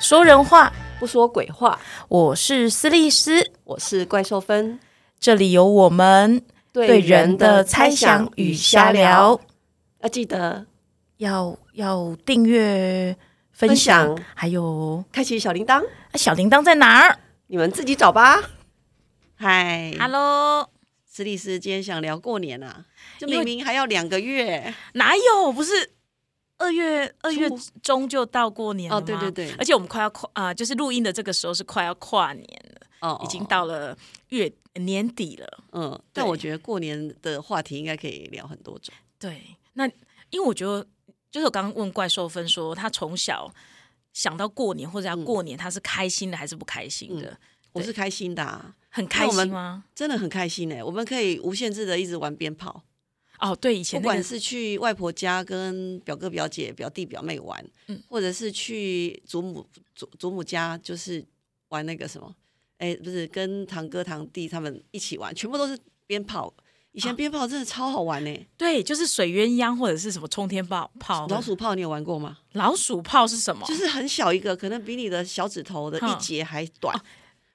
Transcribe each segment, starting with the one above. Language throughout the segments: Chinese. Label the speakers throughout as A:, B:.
A: 说人话，
B: 不说鬼话。
A: 我是斯利斯，
B: 我是怪兽芬，
A: 这里有我们对人的猜想与瞎聊，
B: 要记得
A: 要要订阅、分
B: 分
A: 享，
B: 享
A: 还有
B: 开启小铃铛，
A: 啊小铃铛在哪儿
B: 你们自己找吧。嗨，
A: ？Hello，
B: 史律师，今天想聊过年啊，这
A: 因为
B: 明明还要两个月，
A: 哪有？不是二月二月
B: 初
A: 中就到过年了
B: 哦对
A: 吗
B: 对对
A: 而且我们快要跨啊、就是录音的这个时候是快要跨年了，
B: 哦
A: 已经，到了月年底了。
B: 嗯，
A: 对
B: 但我觉得过年的话题应该可以聊很多种。
A: 对，那因为我觉得，就是我刚刚问怪兽芬说，他从小想到过年或者要
B: 嗯
A: 过年，他是开心的还是不开心的？
B: 我是开心的、啊，
A: 很开心吗？
B: 真的很开心哎、我们可以无限制的一直玩鞭炮，
A: 哦，对，以
B: 不
A: 前那
B: 管
A: 个
B: 是去外婆家跟表哥、表姐、表弟、表妹玩，
A: 嗯
B: 或者是去祖母祖祖母家，就是玩那个什么，哎，不是跟堂哥、堂弟他们一起玩，全部都是鞭炮。以
A: 啊
B: 前鞭炮真的超好玩呢、
A: 对，就是水鸳鸯或者是什么冲天炮炮
B: 老鼠炮你有玩过吗？
A: 老鼠炮是什么？
B: 就是很小一个，可能比你的小指头的一
A: 哼
B: 节还短，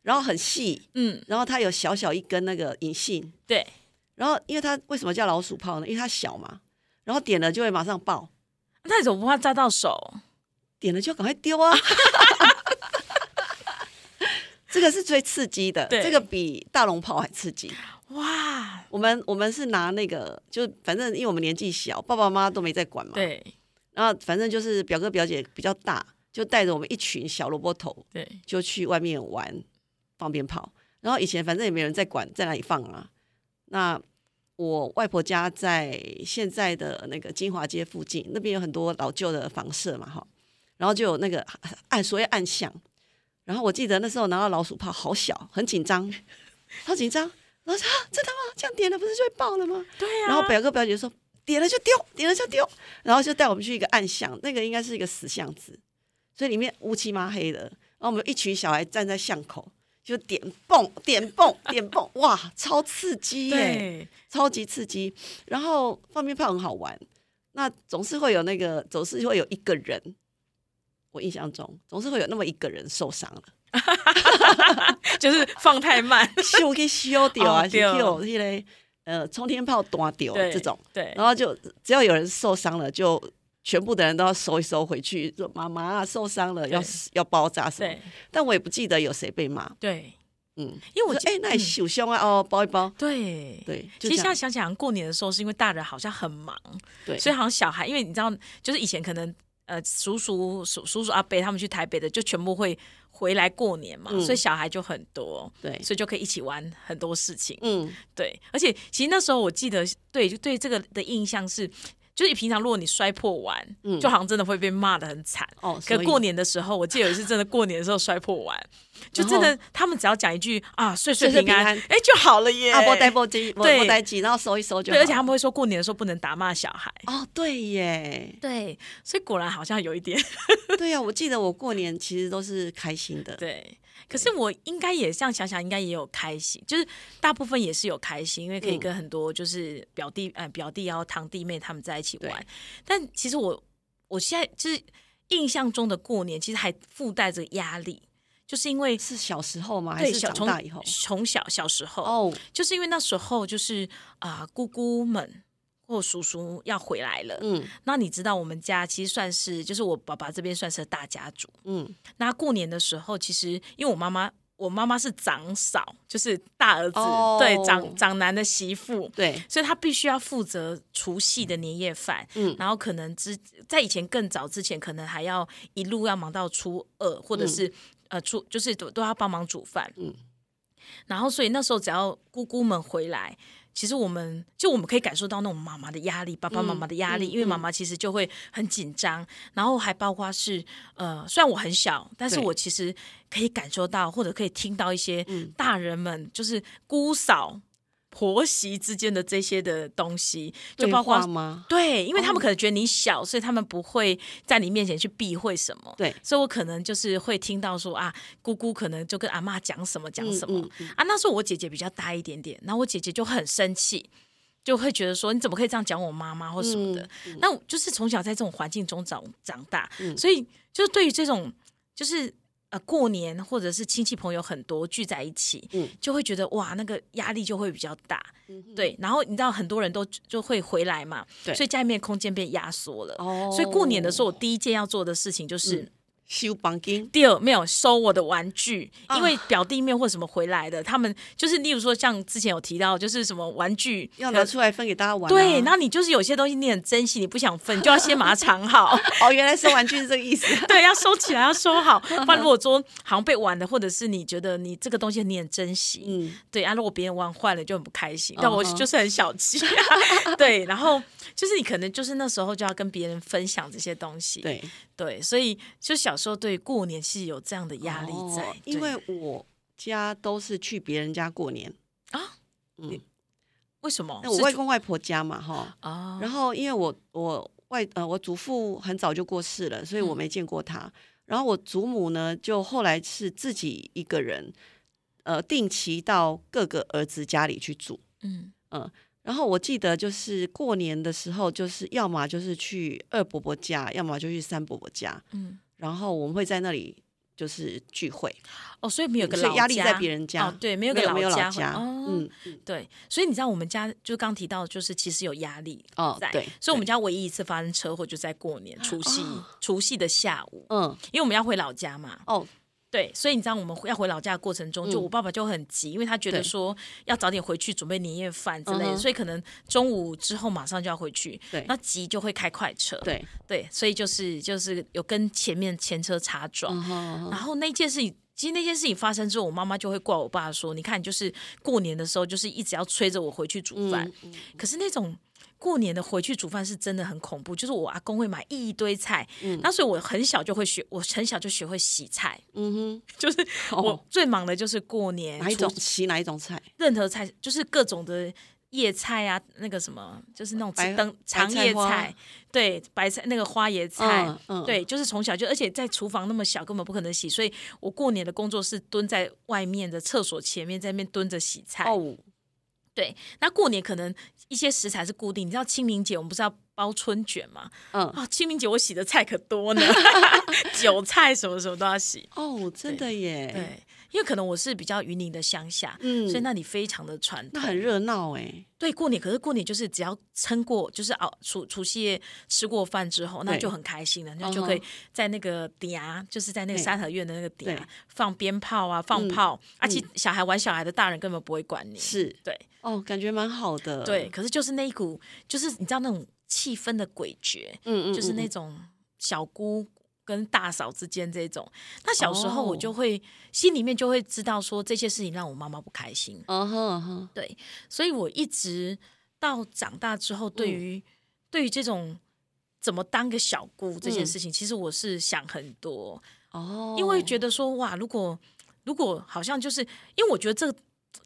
B: 然后很细，
A: 嗯，
B: 然后它有小小一根那个银杏，
A: 对，
B: 然后因为它为什么叫老鼠炮呢？因为它小嘛，然后点了就会马上爆，
A: 那种不怕扎到手？
B: 点了就赶快丢啊。 这个是最刺激的，
A: 对
B: 这个比大龙炮还刺激。
A: 哇，
B: 我们我们是拿那个，就反正因为我们年纪小，爸爸妈妈都没在管嘛。。
A: 对
B: 然后反正就是表哥表姐比较大，就带着我们一群小萝卜头，
A: 对，
B: 就去外面玩放鞭炮。然后以前反正也没人在管在哪里放啊。那我外婆家在现在的那个金华街附近，那边有很多老旧的房舍嘛，哈。然后就有那个暗所谓暗巷。然后我记得那时候拿到老鼠炮，好小，很紧张， 好紧张。然后说、啊、真的吗？这样点了不是就会爆了吗？
A: 对啊。
B: 然后表哥表姐说点了就丢，点了就丢，然后就带我们去一个暗巷，那个应该是一个死巷子，所以里面乌漆麻黑的。然后我们一群小孩站在巷口，就点蹦点蹦 点蹦，哇，超刺激耶，
A: 对，
B: 超级刺激。然后放鞭炮很好玩，那总是会有那个，总是会有一个人，我印象中总是会有那么一个人受伤 了。
A: 就是放太 慢，
B: 咻给咻掉啊，
A: 哦
B: 是
A: 对
B: 掉那个呃冲天炮打掉啊
A: 对
B: 这种，
A: 对
B: 然后就只要有人受伤了，就全部的人都要收一收回去，说妈妈、啊、受伤了，要
A: 对
B: 要包扎什么
A: 对。
B: 但我也不记得有谁被骂，
A: 对，
B: 嗯，
A: 因为我
B: 我
A: 记
B: 说哎，那
A: 嗯
B: 你受伤啊，哦，包一包，
A: 对。
B: 对，就
A: 其实
B: 这
A: 现在
B: 样，
A: 想想，过年的时候是因为大人好像很忙，
B: 对，
A: 所以好像小孩，因为你知道，就是以前可能呃叔叔叔叔叔阿伯他们去台北的，就全部会回来过年嘛，
B: 嗯
A: 所以小孩就很多，
B: 对，
A: 所以就可以一起玩很多事情。
B: 嗯，
A: 对，而且其实那时候我记得，对，就对这个的印象是，就是平常如果你摔破碗，
B: 嗯
A: 就好像真的会被骂的很惨。
B: 哦，
A: 可
B: 所以
A: 过年的时候，我记得有一次真的过年的时候摔破碗，就真
B: 然
A: 的他们只要讲一句啊岁岁
B: 岁岁
A: 平安，
B: 平
A: 哎、
B: 安
A: 就好了耶。
B: 啊，包带包机，包
A: 对
B: 包带机，然后收一收就好
A: 对，
B: 了。
A: 而且他们会说过年的时候不能打骂小孩。，
B: 哦，对耶
A: 对，所以果然好像有一点
B: 对呀，我记得我过年其实都是开心的，
A: 对。可是我应该也这样想想，应该也有开心，就是大部分也是有开心，因为可以
B: 嗯
A: 跟很多就是表弟、呃表弟然后堂弟妹他们在一起玩
B: 对。
A: 但其实我我现在就是印象中的过年，其实还附带着压力，就是因为
B: 是小时候吗？还
A: 对
B: 是
A: 小
B: 长
A: 从
B: 大以后？
A: 从小小时候，
B: 哦，
A: 就是因为那时候就是啊、姑姑们或叔叔要回来了，
B: 嗯
A: 那你知道我们家其实算是，就是我爸爸这边算是大家族。
B: 嗯，
A: 那过年的时候，其实因为我妈妈，我妈妈是长嫂，就是大儿子、
B: 哦
A: 对长长男的媳妇，
B: 对，
A: 所以她必须要负责除夕的年夜饭。
B: 嗯
A: 然后可能之在以前更早之前，可能还要一路要忙到初二，或者是、呃初就是都都要帮忙煮饭。
B: 嗯
A: 然后所以那时候只要姑姑们回来，其实我们就我们可以感受到那种妈妈的压力，爸爸妈妈的压力，
B: 嗯
A: 因为妈妈其实就会很紧张，然后还包括是呃，虽然我很小，但是
B: 对
A: 我其实可以感受到或者可以听到一些
B: 嗯
A: 大人们、就是姑嫂。婆媳之间的这些的东西，就
B: 对
A: 包括
B: 话吗？哦
A: 对，因为他们可能觉得你小，所以他们不会在你面前去避讳什么。
B: 对
A: 所以我可能就是会听到说啊，姑姑可能就跟阿妈讲什么讲什么、
B: 嗯
A: 啊。那时候我姐姐比较大一点点，然后我姐姐就很生气，就会觉得说你怎么可以这样讲我妈妈或什么的。
B: 嗯
A: 那我就是从小在这种环境中长长大，所以就是对于这种就是呃过年或者是亲戚朋友很多聚在一起，
B: 嗯
A: 就会觉得哇那个压力就会比较大，
B: 嗯哼
A: 对。然后你知道很多人都就会回来嘛，
B: 对
A: 所以家里面空间变压缩了。
B: 哦
A: 所以过年的时候，我第一件要做的事情就是，
B: 修绑金，
A: 第二没有收我的玩具，
B: 啊
A: 因为表弟妹或什么回来的，他们就是例如说像之前有提到，就是什么玩具
B: 要拿出来分给大家玩、啊。
A: 对，然后你就是有些东西你很珍惜，你不想分，你就要先把它藏 好。
B: 哦，原来收玩具是这个 意思。
A: 对，要收起来，要收 好。不然如果说好像被玩的，或者是你觉得你这个东西你很珍惜，
B: 嗯，
A: 对啊，如果别人玩坏了就很不开心。但我
B: 嗯哼
A: 就是很小 气、对。然后就是你可能就是那时候就要跟别人分享这些东西，
B: 对，
A: 对所以就小时候对过年是有这样的压力在，
B: 哦
A: 对
B: 因为我家都是去别人家过年，
A: 为什么？
B: 那我
A: 哦是
B: 外公外婆家嘛，哈。
A: 哦，
B: 然后因为我我外呃我祖父很早就过世了，所以我
A: 嗯
B: 没见过他。然后我祖母呢，就后来是自己一个人，呃，定期到各个儿子家里去住。
A: 嗯
B: 然后我记得就是过年的时候，就是要么就是去二伯伯家，要么就去三伯伯家，
A: 嗯，
B: 然后我们会在那里就是聚会，
A: 哦，所以没有个
B: 所
A: 老
B: 以压力在
A: 家
B: 别人家。
A: 哦，对，没有
B: 没
A: 个
B: 有没有
A: 家
B: 老
A: 会
B: 家，
A: 哦、
B: 嗯，
A: 对，所以你知道我们家就刚提到，就是其实有压力
B: 哦
A: 在，
B: 对
A: 所以我们家唯一一次发生车祸就在过年除夕、
B: 哦
A: 除夕的下午，
B: 嗯，
A: 因为我们要回老家嘛，
B: 哦，
A: 对，所以你知道我们要回老家的过程中，就
B: 嗯
A: 我爸爸就很急，因为他觉得
B: 对
A: 说要早点回去准备年夜饭之类
B: 嗯
A: 的，
B: 哼
A: 所以可能中午之后马上就要回去，
B: 对
A: 那急就会开快车，
B: 对，
A: 对，所以就是就是有跟前面前车擦撞，
B: 嗯哼
A: 然后那件事情，其实那件事情发生之后，我妈妈就会怪我爸说：“你看，就是过年的时候，就是一直要催着我回去煮
B: 嗯
A: 饭。可是那种过年的回去煮饭是真的很恐怖，就是我阿公会买一堆菜，那所以我很小就会学，我很小就学会洗菜。
B: 嗯
A: 就是
B: 哼，哦
A: 我，最忙的就是过年，
B: 哪一种
A: 除
B: 洗哪一种菜？
A: 任何菜，就是各种的。叶菜啊，那个什么，就是那种
B: 白
A: 吃灯
B: 白
A: 长
B: 菜
A: 叶
B: 花
A: 菜，对，白菜那个花椰菜，
B: 嗯嗯，
A: 对，就是从小就，而且在厨房那么小，根本不可能洗，所以我过年的工作是蹲在外面的厕所前面，在那边蹲着洗菜。
B: 哦，
A: 对，那过年可能一些食材是固定，你知道清明节我们不是要包春卷吗？
B: 嗯，
A: 啊，清明节我洗的菜可多呢， 韭菜什么什么都要洗。
B: 哦，真的耶，
A: 对，因为可能我是比较云林的乡下，
B: 嗯
A: 所以那里非常的传
B: 那
A: 统。
B: 很热闹哎，
A: 对，过年可是过年就是只要撑过，就是熬除除夕夜吃过饭之后，那
B: 对
A: 就很开心了，那
B: 嗯
A: 就
B: 哼
A: 可以在那个底啊，就是在那个
B: 对
A: 三合院的那个底
B: 对
A: 啊放鞭炮啊，放
B: 嗯
A: 炮，而且小孩玩小孩的，大人根本不会管你。
B: 是
A: 对
B: 哦，感觉蛮好的，
A: 对，，可是就是那一股，就是你知道那种气氛的诡谲，
B: 嗯嗯，
A: 就是那
B: 嗯
A: 种小姑跟大嫂之间这种。那小时候
B: 哦
A: 我就会、心里面就会知道说这些事情让我妈妈不开心，
B: 嗯哼嗯哼，
A: 对，所以我一直到长大之后，对于、对于这种怎么当个小姑这件事情，其实我是想很多，
B: 哦，
A: 因为觉得说哇，如果如果好像就是，因为我觉得这个。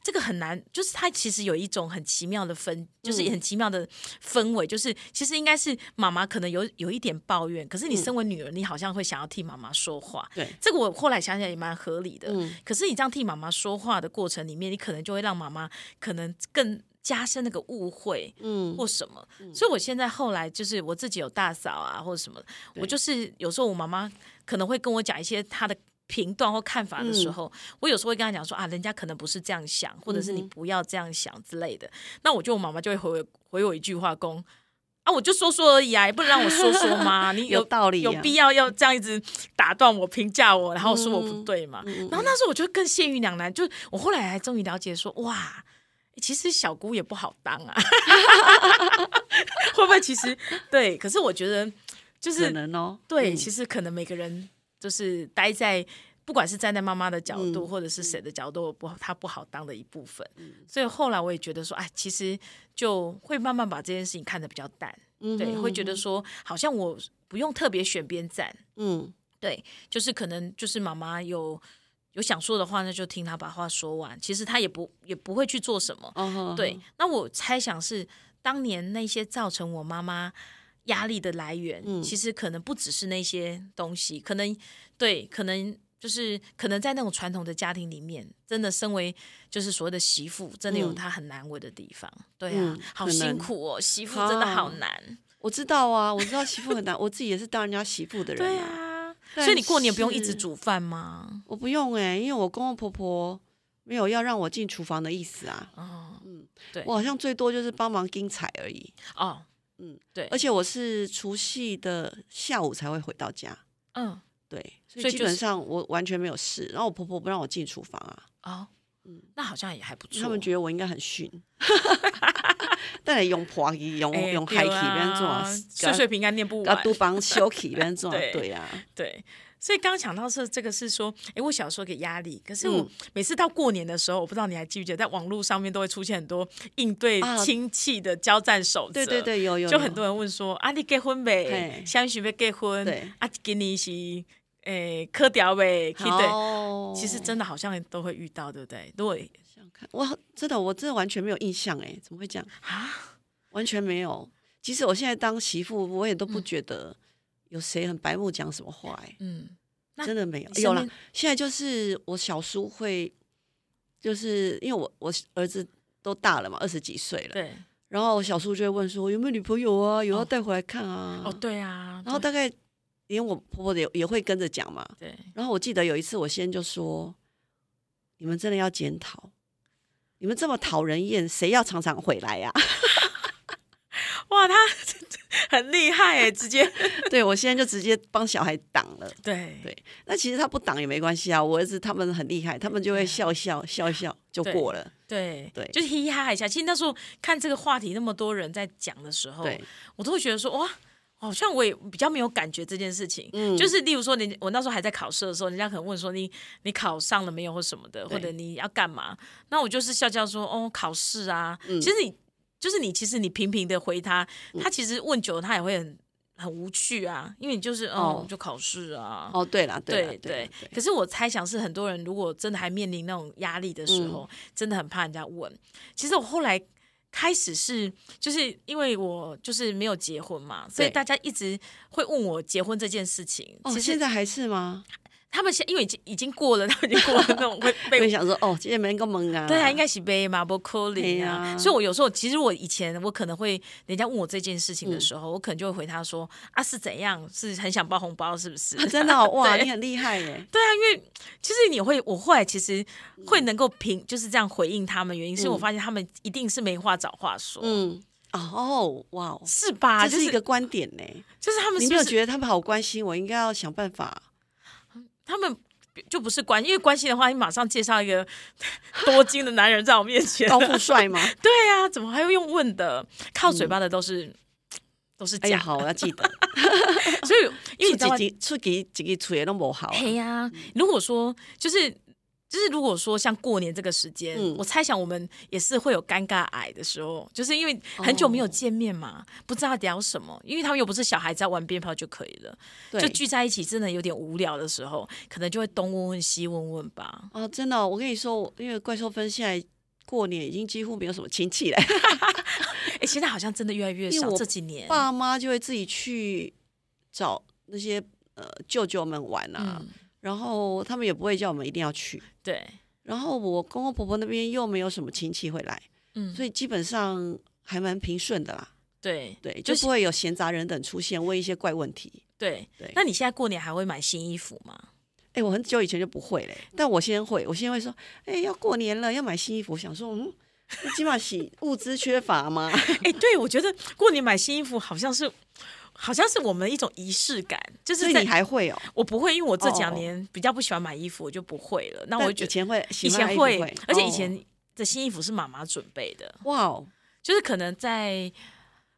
A: 这个很难，就是它其实有一种很奇妙的氛，就是
B: 嗯
A: 很奇妙的氛围，就是其实应该是妈妈可能有有一点抱怨，可是你
B: 嗯
A: 身为女儿，你好像会想要替妈妈说话，
B: 对，
A: 这个我后来想想也蛮合理的。
B: 嗯
A: 可是你这样替妈妈说话的过程里面，你可能就会让妈妈可能更加深那个误会
B: 嗯，
A: 或什么。所以我现在后来就是我自己有大嫂啊或者什么，
B: 对
A: 我就是有时候我妈妈可能会跟我讲一些她的。评断或看法的
B: 嗯
A: 时候，我有时候会跟她讲说啊，人家可能不是这样想，或者是你
B: 嗯哼
A: 不要这样想之类的。那我就我妈妈就会回我回我一句话公啊，我就说说而已啊，也不能让我说说吗？ 你
B: 有
A: 有
B: 道理，啊
A: 有必，要要这样一直打断我、评价我，然后说我不
B: 嗯
A: 对嘛？
B: 嗯
A: 然后那时候我就更陷于两难，就我后来还终于了解说，哇，其实小姑也不好当啊， 会不会其实对？可是我觉得就
B: 可
A: 是
B: 能哦，
A: 对，
B: 嗯
A: 其实可能每个人就是待在。不管是站在妈妈的角度，
B: 嗯
A: 或者是谁的角度，不，她不好当的一部分。所以后来我也觉得说，哎，其实就会慢慢把这件事情看得比较淡，
B: 嗯
A: 对，
B: 哼
A: 会觉得，说好像我不用特别选边站，
B: 嗯
A: 对，就是可能就是妈妈有有想说的话，那就听她把话说完。其实她也不也不会去做什么。
B: 嗯，哦
A: 对，，那我猜想是当年那些造成我妈妈压力的来源，
B: 嗯
A: 其实可能不只是那些东西，可能对，可能。就是可能在那种传统的家庭里面，真的身为就是所谓的媳妇，真的有
B: 嗯
A: 她很难为的地方。对啊，
B: 嗯
A: 好
B: 可
A: 辛
B: 能
A: 苦哦，媳妇真的好
B: 啊
A: 难。
B: 我知道啊，我知道媳妇很难，我自己也是当人家媳妇的人、
A: 对啊，所以你过年不用一直
B: 但是
A: 煮饭吗？
B: 我不用哎、因为我公公婆婆没有要让我进厨房的意思啊。
A: 哦对
B: 我好像最多就是帮忙盯彩而已，
A: 哦，
B: 嗯，
A: 对
B: 而，且我是除夕的下午才会回到家，
A: 嗯，
B: 对，所
A: 所
B: 以
A: 以
B: 基
A: 就是
B: 本上我完全没有事。然后我婆婆不让我进厨房啊，
A: 哦，那好像也还不错。
B: 他们觉得我应该很 逊，但来用破衣用
A: 哎
B: 用
A: 对
B: 海气
A: 啦
B: 不然做啊，
A: 岁岁平安念不
B: 啊
A: 完。
B: 都帮小气不然做啊，
A: 对
B: 对啊，
A: 对，所以刚刚讲到是这个是说，哎，我小时候给压力，可是我
B: 嗯
A: 每次到过年的时候，我不知道你还记不记得，在网络上面都会出现很多应对
B: 啊
A: 亲戚的交战守则。
B: 对对。对，有有
A: 就很
B: 有
A: 多人问说啊，你结婚没
B: 嘿？
A: 相许没结婚？
B: 对
A: 啊，今年是诶磕掉呗，去对。
B: 好，
A: 其实
B: 哦
A: 真的好像都会遇到，对不对？如果
B: 想看我真的我真的完全没有印象哎，怎么会这样？
A: 啊，
B: 完全没有。即使我现在当媳妇，我也都不觉得有谁很白目讲什么话哎、
A: 嗯，那
B: 真的没有。
A: 你身
B: 有啦
A: 边，
B: 现在就是我小叔会，就是因为我我儿子都大了嘛，二十几岁了，
A: 对，
B: 然后我小叔就会问说有没有女朋友啊，有要
A: 哦
B: 带回来看啊。
A: 哦，对啊，
B: 然后
A: 对
B: 大概连我婆婆也也会跟着讲嘛。
A: 对，
B: 然后我记得有一次，我先就说：“你们真的要检讨，你们这么讨人厌，谁要常常回来呀、啊
A: 哇，他很厉害哎，直接
B: 对我现在就直接帮小孩挡了。
A: 对
B: 对那其实他不挡也没关系啊，我儿子他们很厉害，他们就
A: 啊
B: 会笑笑笑笑就过了。
A: 对
B: 对
A: 就是嘻嘻哈哈一下。其实那时候看这个话题，那么多人在讲的时候，
B: 对，
A: 我都会觉得说哇。好像我也比较没有感觉这件事情，
B: 嗯
A: 就是例如说你，我那时候还在考试的时候，人家可能问说你你考上了没有或什么的，
B: 对
A: 或者你要干嘛，那我就是笑笑说哦考试啊，
B: 嗯
A: 其实你就是你，其实你平平的回他，他其实问久了他也会很很无趣啊，因为你就是哦
B: 哦
A: 就考试啊，
B: 哦，对啦，啦
A: 对
B: 对啦对
A: 可是我猜想是很多人如果真的还面临那种压力的时
B: 嗯
A: 候，真的很怕人家问。其实我后来开始是，就是因为我就是没有结婚嘛，所以
B: 对
A: 大家一直会问我结婚这件事情。
B: 哦，
A: 其
B: 现
A: 实
B: 在还是吗？
A: 他们现因为已经已经过了，他 们已经过了那种会
B: 因为
A: 被。
B: 想说，哦，今天没人跟蒙啊。
A: 对啊，应该是杯嘛，不扣零
B: 哎
A: 啊。
B: 呀
A: 所以，我有时候其实我以前我可能会，人家问我这件事
B: 嗯
A: 情的时候，我可能就会回他说啊是怎样，是很想包红包是不是？
B: 啊真 的哦、哇，
A: 对
B: 你很厉害耶。
A: 对啊，因为其实你会，我后来其实会能够平，就是这样回应他们，原因是我发现他们一定是没话找话说，
B: 嗯，哦哦，哇哦，
A: 是吧？啊
B: 这
A: 就是
B: 一个，观点呢。
A: 就是他们
B: 你
A: 是不
B: 没有
A: 是
B: 觉得他们好关心我，应该要想办法。
A: 他们就不是关，因为关系的话，你马上介绍一个多金的男人在我面前，
B: 高富帅吗？
A: 对啊，怎么还会用问的？靠嘴巴的都是、都是
B: 哎呀，
A: 假，
B: 好，我要记得。
A: 所以因为你知道吗
B: 出几几出几几个出的都不好、啊。
A: 嘿呀、如果说就是就是如果说像过年这个时间，
B: 嗯
A: 我猜想我们也是会有尴尬癌的时候，就是因为很久没有见面嘛，不知道聊什么，因为他们又不是小孩子在玩鞭炮就可以了，
B: 对
A: 就聚在一起真的有点无聊的时候，可能就会东问问西问问 吧。
B: 哦，真的哦、我跟你说，我因为怪兽分现在过年已经几乎没有什么亲戚了，
A: 哎、现在好像真的越来越
B: 因为
A: 少，
B: 我
A: 这几年。
B: 爸妈就会自己去找那些呃舅舅们玩啊，
A: 嗯，
B: 然后他们也不会叫我们一定要去。
A: 对，
B: 然后我公公婆婆那边又没有什么亲戚会来，
A: 嗯，
B: 所以基本上还蛮平顺的啦。
A: 对，
B: 对，
A: 就
B: 就是不会有闲杂人等出现问一些怪问题。
A: 对。
B: 对
A: 那你现在过年还会买新衣服 吗？
B: 哎、我很久以前就不会嘞，但我先会，我先会说，哎、要过年了，要买新衣服，我想说，嗯，那起码洗物资缺乏 吗？
A: 哎、对，我觉得过年买新衣服好像是，好像是我们一种仪式感，就
B: 所
A: 是
B: 以
A: 在
B: 你还会哦、
A: 我不会，因为我这
B: 哦
A: 两
B: 哦
A: 年比较不喜欢买衣服，我就不会了。那
B: 那
A: 我
B: 我
A: 就
B: 以
A: 觉得
B: 前会，喜
A: 以
B: 欢
A: 前
B: 衣服
A: 会，而且
B: 哦
A: 以前的新衣服是妈妈准备的，
B: 哇哦，
A: 就是可能在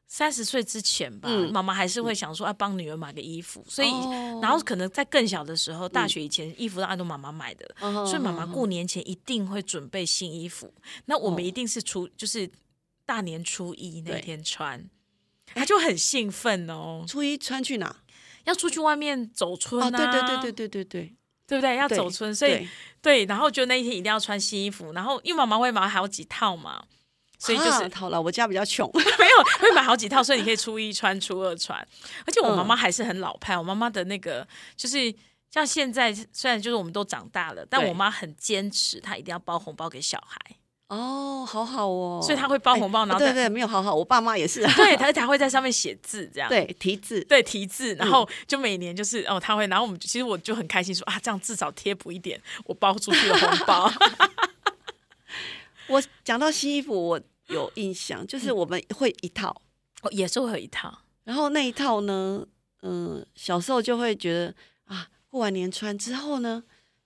A: 三十岁之前吧，
B: 嗯
A: 妈妈还是会想说要啊帮女儿买个衣服，所以。
B: 哦嗯
A: 然后可能在更小的时候，大学以前衣服都按照妈妈买的，
B: 哦
A: 所以妈妈
B: 哦
A: 过年前一定会准备新衣服。那我们一定是初就是大年初一那
B: 对哎
A: 天穿，她就很兴奋哦，
B: 初一穿去哪？
A: 要出去外面走春啊，
B: 哎哦，对对对对对对对，
A: 对不对？要
B: 对
A: 走村，所以
B: 对
A: 对，然后就那一天一定要穿新衣服，然后因为妈妈会买好几套嘛，所以就是、
B: 啊好了，我家比较穷，
A: 没有会买好几套，所以你可以初一穿，初二穿。而且我妈妈还是很老派，我妈妈的那个就是像现在，虽然就是我们都长大了，但
B: 对
A: 我妈很坚持，她一定要包红包给小孩。
B: 哦，好好哦，
A: 所以他会包红包
B: 哎
A: 然后
B: 对
A: 再
B: 对，没有好好，我爸妈也是、 啊，
A: 对，他他会在上面写字这样。
B: 对题字，
A: 对嗯题字，然后就每年就是、哦，他会，然后我们其实我就很开心说啊，这样至少贴补一点我包出去的红包。
B: 我讲到新衣服，我有印象，就是我们会一套，
A: 哦，也是会有一套，
B: 然后那一套呢，嗯、小时候就会觉得啊，过完年穿之后呢，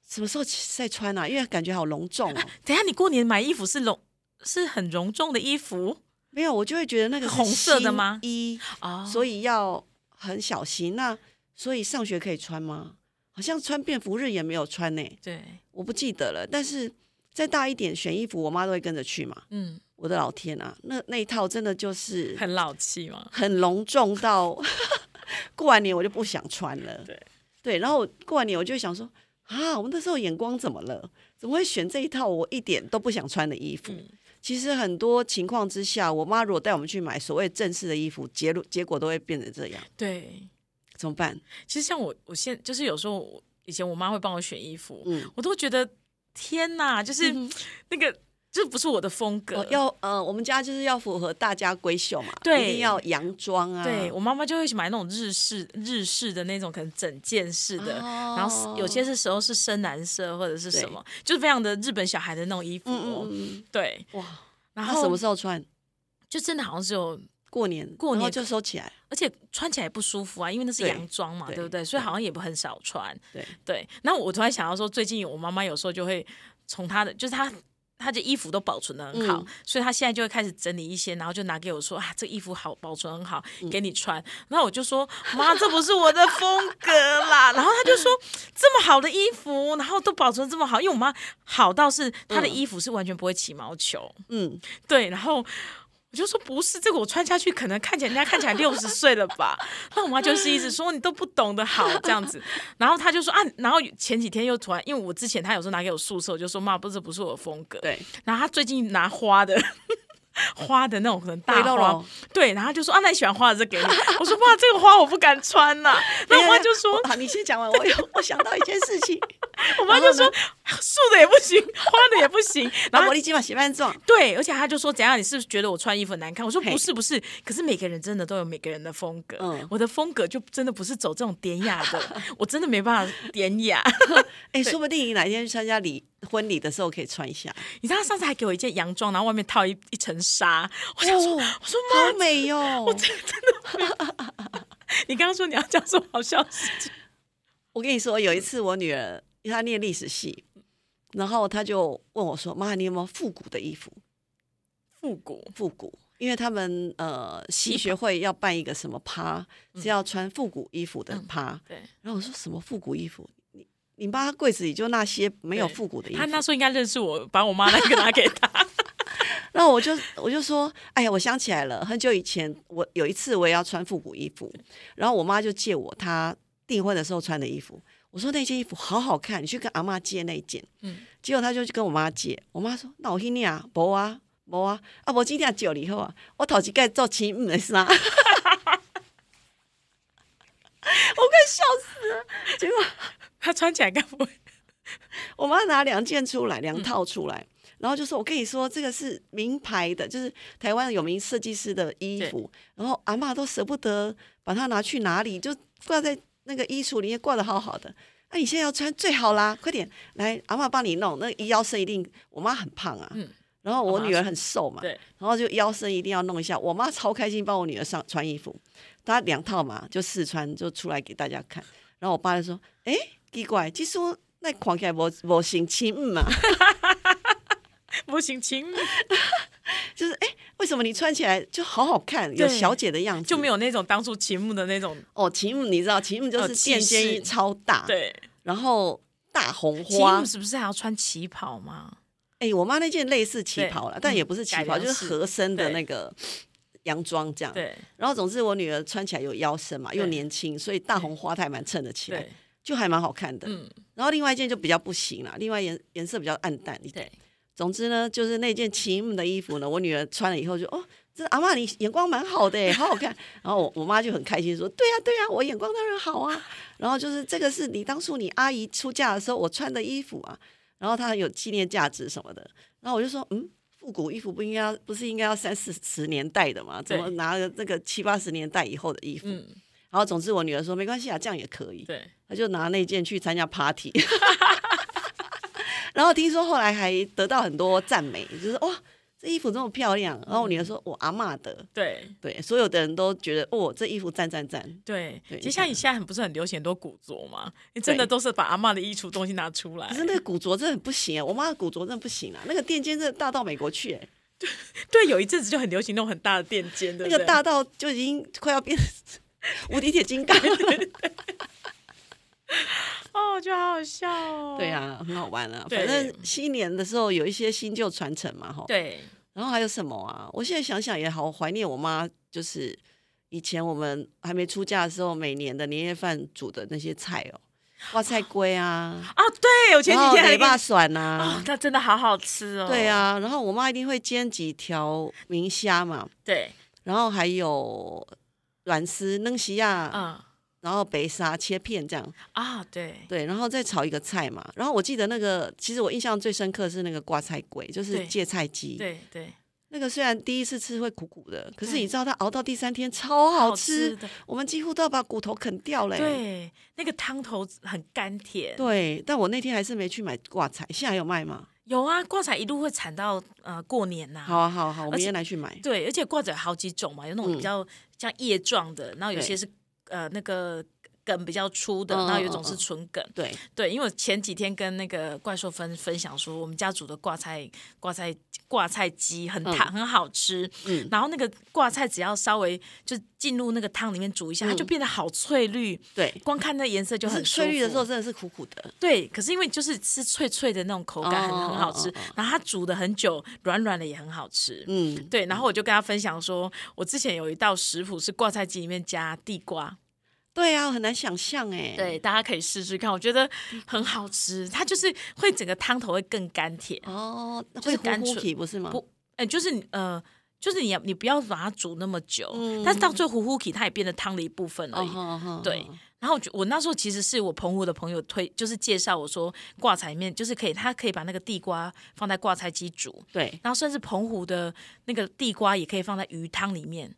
B: 什么时候再穿啊？因为感觉好隆重哦。
A: 等一下，你过年买衣服是隆是很隆重的衣服
B: 没有，我就会觉得那个是
A: 红色的吗
B: 新衣，
A: 哦，
B: 所以要很小心。那所以上学可以穿吗？好像穿便服日也没有穿呢、
A: 对，
B: 我不记得了。但是再大一点选衣服，我妈都会跟着去嘛。
A: 嗯，
B: 我的老天啊，那那一套真的就是
A: 很老气嘛。
B: 很隆重到 过完年我就不想穿了。
A: 对
B: 对，然后我过完年我就想说啊，我那时候眼光怎么了？怎么会选这一套我一点都不想穿的衣服？
A: 嗯
B: 其实很多情况之下，我妈如果带我们去买所谓正式的衣服，结论结果都会变成这样，
A: 对，
B: 怎么办？
A: 其实像我，我现就是有时候我以前我妈会帮我选衣服，
B: 嗯
A: 我都觉得天哪，就是那个、这不是嗯我的风格。
B: 哦、要呃，我们家就是要符合大家闺秀嘛，
A: 对
B: 一定要洋装啊，
A: 对我妈妈就会买那种日式日式的那种，可能整件式的，
B: 哦
A: 然后有些是时候是深蓝色或者是什么，就是非常的日本小孩的那种衣服、
B: 嗯
A: 哦。
B: 嗯嗯
A: 对，
B: 嗯，哇，
A: 然
B: 那什
A: 后
B: 么时候穿？
A: 就真的好像是有，
B: 过年，
A: 过
B: 然后
A: 年
B: 就收起来，
A: 而且穿起来也不舒服啊，因为那是
B: 对
A: 洋装嘛，
B: 对
A: 对不对？所以好像也不很少穿。
B: 对，
A: 对，那我突然想到说，最近我妈妈有时候就会从她的，就是她她的衣服都保存的很好，
B: 嗯
A: 所以她现在就会开始整理一些，然后就拿给我说啊，这衣服好，保存很好，
B: 嗯
A: 给你穿。然后我就说妈，这不是我的风格啦。然后她就说这么好的衣服，然后都保存这么好，因为我妈好到是她的
B: 嗯
A: 衣服是完全不会起毛球，
B: 嗯，
A: 对，然后我就说不是，这个我穿下去可能看起来人家看起来六十岁了吧？那我妈就是一直说你都不懂得好这样子，然后她就说啊，然后前几天又突然，因为我之前她有时候拿给我宿舍，我就说妈，不是不是我的风格，
B: 对，
A: 然后她最近拿花的。 花的那种很大
B: 回到
A: 花
B: 了，
A: 对，然后她就说啊，那你喜欢花的这给你。 我说哇，这个花我不敢穿 呐、然后我妈就说，
B: 啊，你先讲完，我有我想到一件事情，
A: 我妈就说竖的也不行，花的也不行。 然后
B: 然啊后我立即把鞋办撞，
A: 对，而且他就说怎样？你是不是觉得我穿衣服很难看？我说
B: 嘿
A: 不是不是，可是每个人真的都有每个人的风格，
B: 嗯
A: 我的风格就真的不是走这种典雅 的，我真的没办法典雅。
B: 哎，说不定你哪一天去参加礼婚礼的时候可以穿 一下，
A: 你知道他上次还给我一件洋装，然后外面套一一层纱，我想说，
B: 哦，
A: 我说妈，
B: 好美哟！
A: 你刚刚说你要讲什么好笑的事情？
B: 我跟你说，有一次我女儿她念历史系，然后她就问我说：“妈，你有没有复古的衣服？
A: 复古，
B: 复古？”因为他们呃
A: 旗
B: 系
A: 袍
B: 学会要办一个什么趴，是要穿复古衣服的
A: 嗯
B: 趴。
A: 对
B: 然后我说：“什么复古衣服？你你妈柜子里就那些没有
A: 对
B: 复古的衣服
A: 他。”那时候应该认识我，把我妈那个拿给 他。
B: 然后我就我就说，哎呀，我想起来了，很久以前我有一次我也要穿复古衣服，然后我妈就借我她订婚的时候穿的衣服。我说那件衣服好好看，你去跟阿妈借那一件。
A: 嗯，
B: 结果她就去跟我妈借，我妈说那我去你啊，无啊，无啊，啊无今天借你好啊，我头一盖做亲母的 衫。我快笑死了！结果
A: 他穿起来该不会？
B: 我妈拿两件出
A: 嗯
B: 来，两套出来，然后就说：“我跟你说，这个是名牌的，就是台湾有名设计师的衣服。”然后阿嬷都舍不得把它拿去哪里，就挂在那个衣橱里面挂的好好的。那、你现在要穿最好啦，快点来，阿嬷帮你弄。那个腰身一定，我妈很胖啊，
A: 嗯
B: 然后我女儿很瘦嘛，
A: 对，
B: 然后就腰身一定要弄一下。我妈超开心帮我女儿上穿衣服，她两套嘛，就试穿就出来给大家看。然后我爸就说：“哎，奇怪，其实我那看起来无无型亲嗯嘛，
A: 不行，请
B: 就是哎，为什么你穿起来就好好看，有
A: 对
B: 小姐的样子？
A: 就没有那种当初秦牧的那种，
B: 哦，秦母你知道，秦母就
A: 哦
B: 是
A: 气
B: 垫肩
A: 势
B: 衣超大，，
A: 对，
B: 然后大红
A: 秦
B: 啊花
A: 牧，是不是还要穿旗袍吗？
B: 哎、我妈那件类似旗袍了
A: 对，
B: 但也
A: 嗯
B: 不是旗
A: 改
B: 袍，
A: 良
B: 就
A: 式
B: 是合身的
A: 对
B: 那个洋装这样。
A: 对
B: 然后总之我女儿穿起来有腰身嘛，又
A: 对
B: 年轻，所以大红花她还蛮衬得起来
A: 对，，
B: 就还蛮好看的。
A: 嗯，
B: 然后另外一件就比较不行啦，另外颜颜色比较暗淡一点。
A: 对。
B: 总之呢，就是那件旗姆的衣服呢，我女儿穿了以后就哦，这阿嬷你眼光蛮好的耶，好好看。然后我我妈就很开心说，对呀、啊对呀、我眼光当然好啊。然后就是这个是你当初你阿姨出嫁的时候我穿的衣服啊，然后它很有纪念价值什么的。然后我就说，嗯，复古衣服不应该不是应该要三四十年代的嘛？怎么
A: 对
B: 拿了这个七八十年代以后的衣服？
A: 嗯，
B: 然后总之我女儿说没关系啊，这样也可以，
A: 对，
B: 她就拿那件去参加 party，然后听说后来还得到很多赞美，就是哇这衣服这么漂亮。然后我女儿说我阿嬷的，
A: 对，
B: 对，所有的人都觉得哦这衣服赞赞赞，
A: 对。
B: 对
A: 其实像你现在很不是很流行很多古着嘛？你真的
B: 对
A: 都是把阿嬷的衣橱东西拿出来
B: 可，是那个古着真的很不行、啊，我妈的古着真的不行啊，那个垫肩真的大到美国去、欸，
A: 对，有一阵子就很流行那种很大的垫肩，对不
B: 那个
A: 对
B: 大到就已经快要变 无敌铁金刚了。
A: 哦，我觉得好好笑哦。
B: 对，啊，很好玩啊。
A: 对
B: 反正新年的时候有一些新旧传承嘛，哈。
A: 对，
B: 然后还有什么啊？我现在想想也好怀念我妈，就是以前我们还没出嫁的时候，每年的年夜饭煮的那些菜哦，哇菜龟啊，
A: 啊，对我前几天还
B: 没
A: 跟
B: 霸
A: 你
B: 蒜
A: 哦
B: 啊，，
A: 那真的好好吃哦。
B: 对，啊。然后我妈一定会煎几条明虾嘛，
A: 对，
B: 然后还有软丝、嫩西亚，
A: 嗯
B: 然后白沙切片这样。
A: 啊，对，
B: 对，然后再炒一个菜嘛。然后我记得那个，其实我印象最深刻是那个挂菜龟，就是
A: 对
B: 芥菜鸡。
A: 对对，
B: 那个虽然第一次吃会苦苦的，可是
A: 对
B: 你知道它熬到第三天超好吃，
A: 的，
B: 我们几乎都要把骨头啃掉嘞。
A: 对，那个汤头很甘甜。
B: 对但我那天还是没去买挂菜，现在还有卖吗？
A: 有啊，挂彩一路会产到呃过年呐、
B: 好啊，好啊好啊，我
A: 而
B: 明
A: 且
B: 天来去买。
A: 对，而且挂彩有好几种嘛，有那种比
B: 嗯
A: 较像叶状的，然后有些
B: 对
A: 是呃那个梗比较粗的，
B: 嗯
A: 然后有一种
B: 嗯
A: 是
B: 嗯
A: 纯梗。
B: 对，
A: 对，因为我前几天跟那个怪兽分分享说，我们家煮的挂菜挂菜挂菜鸡很
B: 嗯
A: 烫、很好吃，
B: 嗯
A: 然后那个挂菜只要稍微就进入那个汤里面煮一下，它就变得好翠绿，
B: 对，
A: 光看那颜色就
B: 嗯可
A: 很
B: 是
A: 舒服
B: 翠绿的时候真的是苦苦的，
A: 对，可是因为就是吃脆脆的那种口感很、
B: 哦
A: 很好吃，
B: 哦哦
A: 然后它煮的很久，软软的也很好吃。
B: 嗯，
A: 对，然后我就跟他分享说，我之前有一道食谱是挂菜鸡里面加地瓜，
B: 对啊，很难想象哎。
A: 对，，大家可以试试看，我觉得很好吃。它就是会整个汤头会更甘甜，
B: 哦，
A: 就是
B: 会糊
A: 甘
B: 糊
A: 醇
B: 体不是吗？
A: 不哎、就是你呃，就是你要你不要把它煮那么久，
B: 嗯
A: 但是到最后糊糊起它也变得汤的一部分而
B: 哦
A: 已。
B: 吼，吼
A: 对
B: 吼
A: 然后我就我那时候其实是我澎湖的朋友推，就是介绍我说挂菜里面就是可以，他可以把那个地瓜放在挂菜鸡煮，
B: 对，
A: 然后甚至澎湖的那个地瓜也可以放在鱼汤里面。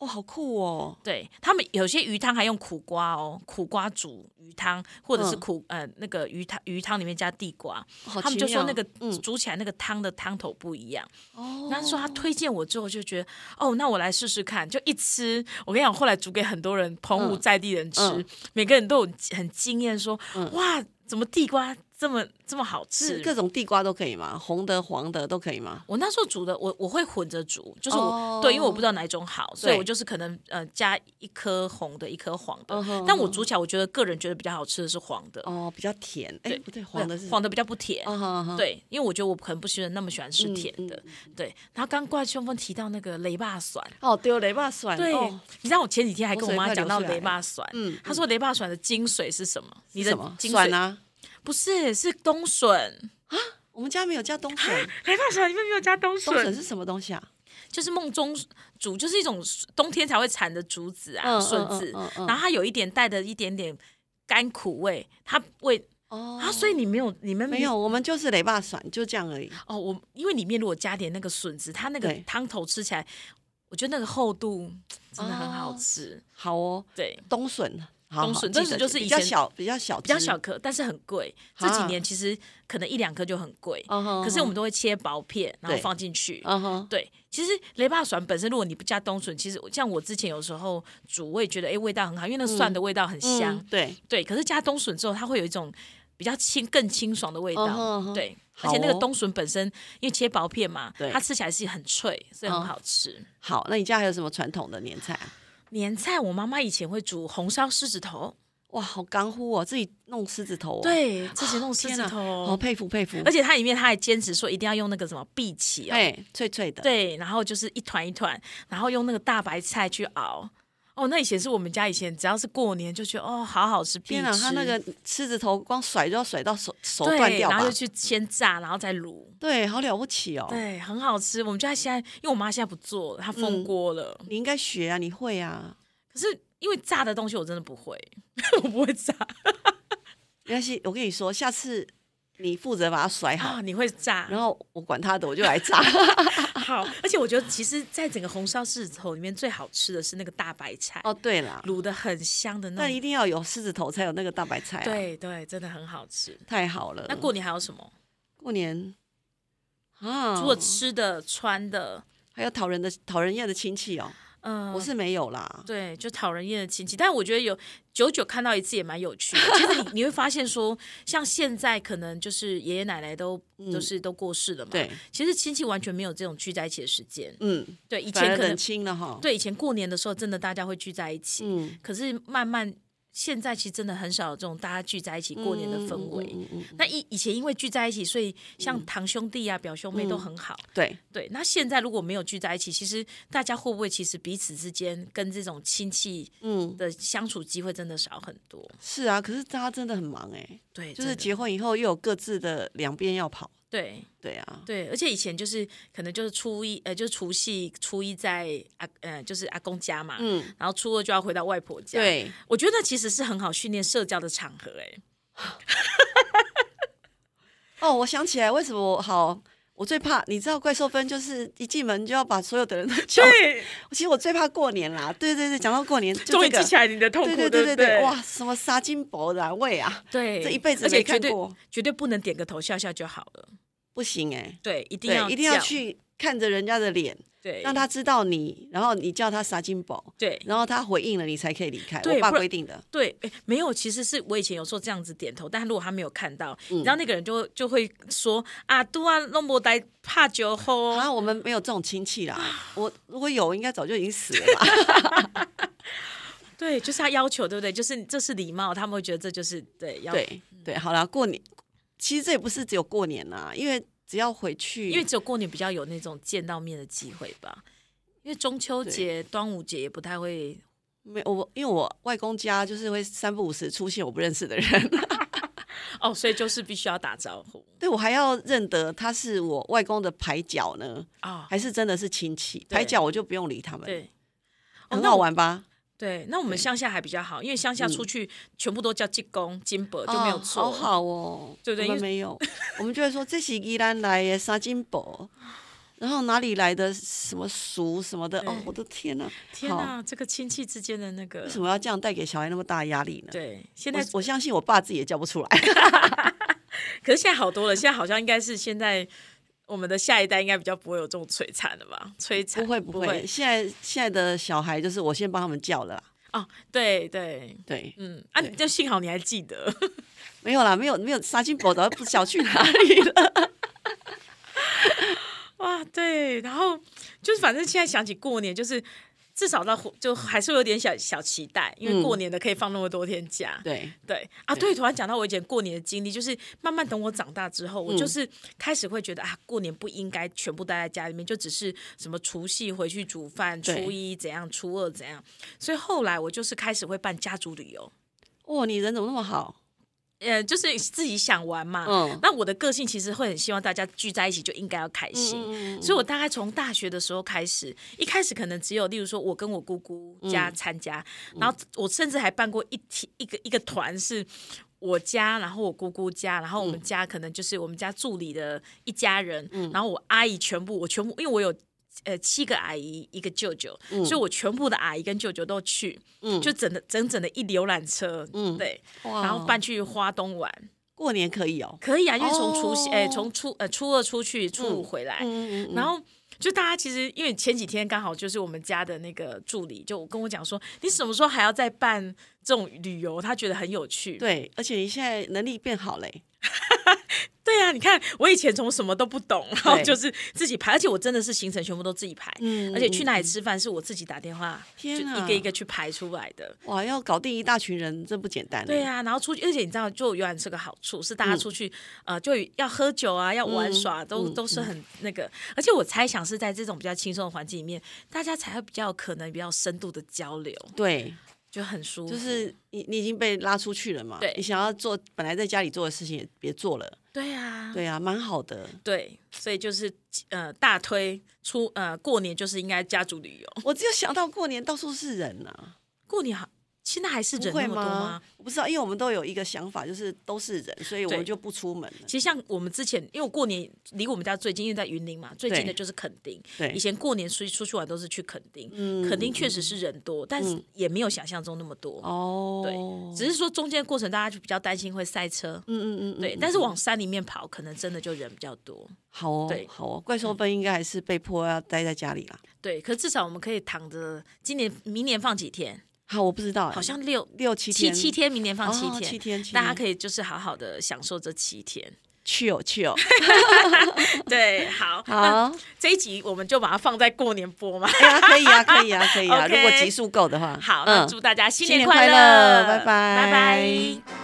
B: 哦，好酷哦，
A: 对他们有些鱼汤还用苦瓜哦，苦瓜煮鱼汤，或者是
B: 嗯
A: 苦、呃那个鱼汤鱼汤里面加地瓜，
B: 好
A: 哦他们
B: 奇
A: 就说
B: 妙
A: 那个
B: 嗯
A: 煮起来那个汤的汤头不一样。
B: 哦，
A: 那说他推荐我之后，就觉得哦，那我来试试看。就一吃，我跟你讲，后来煮给很多人，澎湖
B: 嗯
A: 在地人吃，
B: 嗯
A: 每个人都有很惊艳，说、
B: 嗯
A: 哇，怎么地瓜这么这么好
B: 是
A: 吃？
B: 各种地瓜都可以吗？红的、黄的都可以吗？
A: 我那时候煮的，我我会混着煮，就是我、
B: 哦
A: 对，因为我不知道哪一种好，所以
B: 对
A: 我就是可能呃加一颗红的，一颗黄的。
B: 嗯哼
A: 但我
B: 嗯哼
A: 煮起来，我觉得个人觉得比较好吃的是黄的，
B: 哦，比较甜，哎，不对，黄的是
A: 黄的比较不甜。
B: 啊哈哈，
A: 对，因为我觉得我可能不喜欢那么喜欢吃
B: 嗯
A: 甜
B: 嗯
A: 的，对。然后刚怪秋风提到那个雷霸蒜，
B: 哦，对哦，雷霸蒜，
A: 对，
B: 哦
A: 你知道我前几天还跟我妈讲到
B: 口水快流出来了
A: 雷霸蒜，
B: 嗯
A: 她说雷霸蒜的精髓是什么？你
B: 是
A: 的
B: 什么
A: 精髓
B: 蒜啊？
A: 不是是冬笋，
B: 我们家没有 加冬笋，
A: 雷霸蒜里面没有加冬
B: 冬笋是什么东西啊？
A: 就是梦中竹，就是一种冬天才会产的竹子啊、
B: 嗯
A: 笋子，
B: 嗯嗯嗯嗯
A: 然后它有一点带的一点点甘苦味，它味
B: 哦
A: 啊，所以你没有你们
B: 没有，我们就是雷霸蒜，就这样而已。
A: 哦，我因为里面如果加点那个笋子，它那个
B: 对
A: 汤头吃起来，我觉得那个厚度真的很好
B: 哦
A: 吃，
B: 好哦，
A: 对。
B: 冬笋，好
A: 冬
B: 好
A: 笋
B: 记得
A: 冬笋就是
B: 记得
A: 以
B: 比
A: 前
B: 较小，比较小，
A: 比较小。颗，但是很贵。这几
B: 啊
A: 年其实可能一两颗就很贵，
B: 嗯哼
A: 可是我们都会切薄片，然后
B: 对
A: 放进去。
B: 嗯哼，
A: 对，其实雷霸蒜本身，如果你不加冬笋，其实像我之前有时候煮，我也觉得哎味道很好，因为那个蒜的味道很
B: 嗯
A: 香。
B: 对，
A: 对，可是加冬笋之后，它会有一种比较清、更清爽的味道。
B: 嗯哼嗯哼
A: 对，而
B: 好
A: 且那个
B: 哦
A: 冬笋本身因为切薄片嘛
B: 对，
A: 它吃起来是很脆，所以很
B: 嗯
A: 好吃。
B: 好，那你家还有什么传统的年菜啊？
A: 年菜，我妈妈以前会煮红烧狮子头，
B: 哇，好干乎哦，自己弄狮子头哦，
A: 对，自己弄狮
B: 天
A: 子
B: 哪
A: 头，哦
B: 好佩服佩服
A: 而。且它里面它还坚持说一定要用那个什么碧琪哦，
B: 哎，脆脆的，
A: 对，然后就是一团一团，然后用那个大白菜去熬。哦，那以前是我们家以前只要是过年就觉得哦好好吃，碧
B: 天哪，
A: 琪
B: 他那个狮子头光甩就要甩到手手断
A: 对，
B: 掉
A: 然
B: 吧
A: 后就？去先炸，然后再卤。
B: 对，好了不起哦！
A: 对，很好吃。我们家现在，因为我妈现在不做了，她封
B: 嗯
A: 锅了。
B: 你应该学啊，你会啊，
A: 可是因为炸 的东西我真的不会，我不会炸。
B: 没关系。我跟你说，下次你负责把它甩好，
A: 啊，你会炸。
B: 然后我管他的，我就 来炸。
A: 好，而且我觉得其实，在整个红烧狮子头里面，最好吃的是那个大白菜，
B: 哦，对啦，
A: 卤的很香的那
B: 但
A: 种。
B: 一定要有狮子头才有那个大白菜、啊，，嗯
A: 对对，真的很好吃。
B: 太好了。
A: 那过年还有什么？
B: 过年啊，
A: 除了吃的、穿的，
B: 还有讨人的讨人厌的亲戚哦，
A: 嗯，
B: 我是没有啦。
A: 对，就讨人厌的亲戚。但我觉得有久久看到一次也蛮有趣的。其实你 你会发现说，像现在可能就是爷爷奶奶都都是都过世了嘛，
B: 嗯对，
A: 其实亲戚完全没有这种聚在一起的时间。
B: 嗯，
A: 对，以
B: 反
A: 前
B: 而
A: 可能
B: 冷清了哈。，
A: 对以前过年的时候，真的大家会聚在一起。
B: 嗯，
A: 可是慢慢现在其实真的很少有这种大家聚在一起过年的氛围。
B: 嗯嗯嗯嗯
A: 那以以前因为聚在一起，所以像堂兄弟啊、表兄妹
B: 嗯
A: 都很好。
B: 对，
A: 对，那现在如果没有聚在一起，其实大家会不会其实彼此之间跟这种亲戚
B: 嗯，
A: 的相处机会真的少很多？
B: 是啊，可是大家真的很忙哎、
A: 对，
B: 就是
A: 真的
B: 结婚以后又有各自的两边要跑。
A: 对
B: 对啊，
A: 对，而且以前就是可能就是初一，呃，就是除夕，初一在阿呃就是阿公家嘛，
B: 嗯，
A: 然后初二就要回到外婆家。，
B: 对，
A: 我觉得那其实是很好训练社交的场合、欸，
B: 哦，我想起来，为什么我好？我最怕，你知道怪兽分就是一进门就要把所有的人都叫。
A: 对，
B: 其实我最怕过年啦。对对对，讲到过年，就这个。
A: 来你的痛
B: 对对对对对，，哇，什么沙金箔的啊味啊，
A: 对，
B: 这一辈子
A: 而且
B: 没看
A: 绝对
B: 过
A: 绝对不能点个头笑笑就好了，
B: 不行哎、
A: 对，一定
B: 对
A: 要，
B: 一定要
A: 叫，
B: 去看着人家的脸，
A: 对，
B: 让他知道你，然后你叫他撒金宝，
A: 对
B: 然后他回应了，你才可以离开。
A: 对
B: 我爸
A: 不然
B: 规定的，
A: 对，诶没有，其实是我以前有时候这样子点头，但如果他没有看到，然后那个人就就会说啊，都啊弄不呆怕酒后
B: 啊然，后我们没有这种亲戚啦。
A: 啊
B: 我如果有，应该早就已经死了 吧？
A: 对，就是他要求，对不对？就是这是礼貌，他们会觉得这就是对要，
B: 对
A: 嗯
B: 对，好啦，过年其实这也不是只有过年啦，因为只要回去，
A: 因为只有过年比较有那种见到面的机会吧。因为中秋节、端午节也不太会，
B: 没我因为我外公家就是会三不五时出现我不认识的人，
A: 哦，所以就是必须要打招呼
B: 对我还要认得他是我外公的牌角呢，
A: 啊、
B: 还是真的是亲戚？
A: 对
B: 牌角我就不用理他们，
A: 对，哦
B: 很
A: 那
B: 好
A: 我
B: 玩吧？
A: 对，嗯那我们乡下还比较好，因为乡下出去全部都叫金公、金伯就没有
B: 哦
A: 错。
B: 好好哦，
A: 对不对
B: 我
A: 因为
B: 们没有，我们就会说这是宜兰来的沙金箔，然后哪里来的什么俗什么的，
A: 对
B: 哦，我的天哪、
A: 天
B: 好，
A: 哪，这个亲戚之间的那个
B: 为，什么要这样带给小孩那么大压力呢？
A: 对，现
B: 我
A: 在
B: 我相信我爸自己也叫不出来，
A: 可是现在好多了，现在好像应该是现在我们的下一代应该比较不会有这种摧残了吧？摧残
B: 不会
A: 不
B: 不会，现在现在的小孩就是我先帮他们叫了啦，
A: 哦，对对，
B: 对，
A: 嗯啊，你就幸好你还记得，
B: 没有啦，没有没有沙金箔，早就不晓去哪里 了，
A: 哇，对，然后就是反正现在想起过年，就是至少到火就还是有点小小期待，因为
B: 嗯
A: 过年的可以放那么多天假，
B: 对，
A: 对啊，对，突然讲到我以前过年的经历，就是慢慢等我长大之后，
B: 嗯
A: 我就是开始会觉得啊，过年不应该全部待在家里面，就只是什么除夕回去煮饭，
B: 对
A: 初一怎样，初二怎样。所以后来我就是开始会办家族旅游，
B: 哇，哦你人怎么那么好？
A: 呃，就是自己想玩嘛。
B: 嗯
A: 那我的个性其实会很希望大家聚在一起就应该要开心，
B: 嗯
A: 所以我大概从大学的时候开始，一开始可能只有例如说我跟我姑姑
B: 嗯
A: 家参加，然后我甚至还办过一体一个一个团是。我家，然后我姑姑家，然后我们
B: 嗯
A: 家可能就是我们家助理的一家人，然后我阿姨全部，我全部，因为我有呃七个阿姨一个舅舅，
B: 嗯
A: 所以我全部的阿姨跟舅舅都去，就整的整整的一游览车，对，
B: 嗯哇
A: 然后搬去花东玩，
B: 过年可以哦，
A: 可以啊，因为从除夕，哎、
B: 哦
A: 从初呃初二出去，初五回来，
B: 嗯嗯
A: 然后就大家其实因为前几天刚好就是我们家的那个助理就跟我讲说，你什么时候还要再办这种旅游？他觉得很有趣。
B: 对，而且你现在能力变好嘞、
A: 对啊，你看我以前从什么都不懂，然后
B: 对
A: 就是自己排，而且我真的是行程全部都自己排，
B: 嗯
A: 而且去哪里吃饭是我自己打电话，
B: 天
A: 就一
B: 啊
A: 个一个去排出来的。
B: 哇，要搞定一大群人，真不简单欸。
A: 对啊，然后出去，而且你知道，就游览车个好处是，大家出去、
B: 嗯
A: 呃，就要喝酒啊，要玩耍，都、都是很那个。而且我猜想是在这种比较轻松的环境里面，大家才会比较有可能比较深度的交流，
B: 对，
A: 就很舒服。
B: 就是你你已经被拉出去了嘛，
A: 对
B: 你想要做本来在家里做的事情也别做了，
A: 对啊，
B: 对啊，蛮好的。
A: 对所以就是呃，大推出呃，过年就是应该家族旅游，
B: 我只有想到过年到处是人呐、啊
A: 过年好。现在还是
B: 不
A: 人
B: 会
A: 那么多
B: 吗
A: 吗？？
B: 我不知道，因为我们都有一个想法，就是都是人，所以我
A: 对
B: 们就不出门了。
A: 其实像我们之前，因为我过年离我们家最近，因为在云林嘛，最近的
B: 对
A: 就是垦丁。
B: 对
A: 以，前过年出去出去玩都是去垦丁，
B: 嗯
A: 垦丁确实是人多，但是
B: 嗯
A: 也没有想象中那么多。
B: 哦，
A: 对，只是说中间过程大家就比较担心会塞车，
B: 嗯嗯嗯，
A: 对。
B: 嗯
A: 但是往山里面跑，可能真的就人比较多，
B: 好哦，
A: 对嗯
B: 好哦，怪兽分应该还是被迫要待在家里啦。
A: 对。可至少我们可以躺着，今年明年放几天？
B: 好，我不知道欸，
A: 好像六
B: 六七
A: 七
B: 天，
A: 七天，明年放七
B: 哦
A: 天，
B: 七天，七
A: 大家
B: 天
A: 可以就是好好的享受这七 天。
B: 去哦 去哦，
A: 对，好，那
B: 好，
A: 这一集我们就把它放在过年播嘛。
B: 哎呀，可以啊，可 以啊，可以啊，如果
A: OK
B: 集数够的话，
A: 好，那
B: 嗯。
A: 祝大家新
B: 新
A: 年
B: 年
A: 快
B: 快
A: 乐，
B: 乐拜拜
A: 拜拜。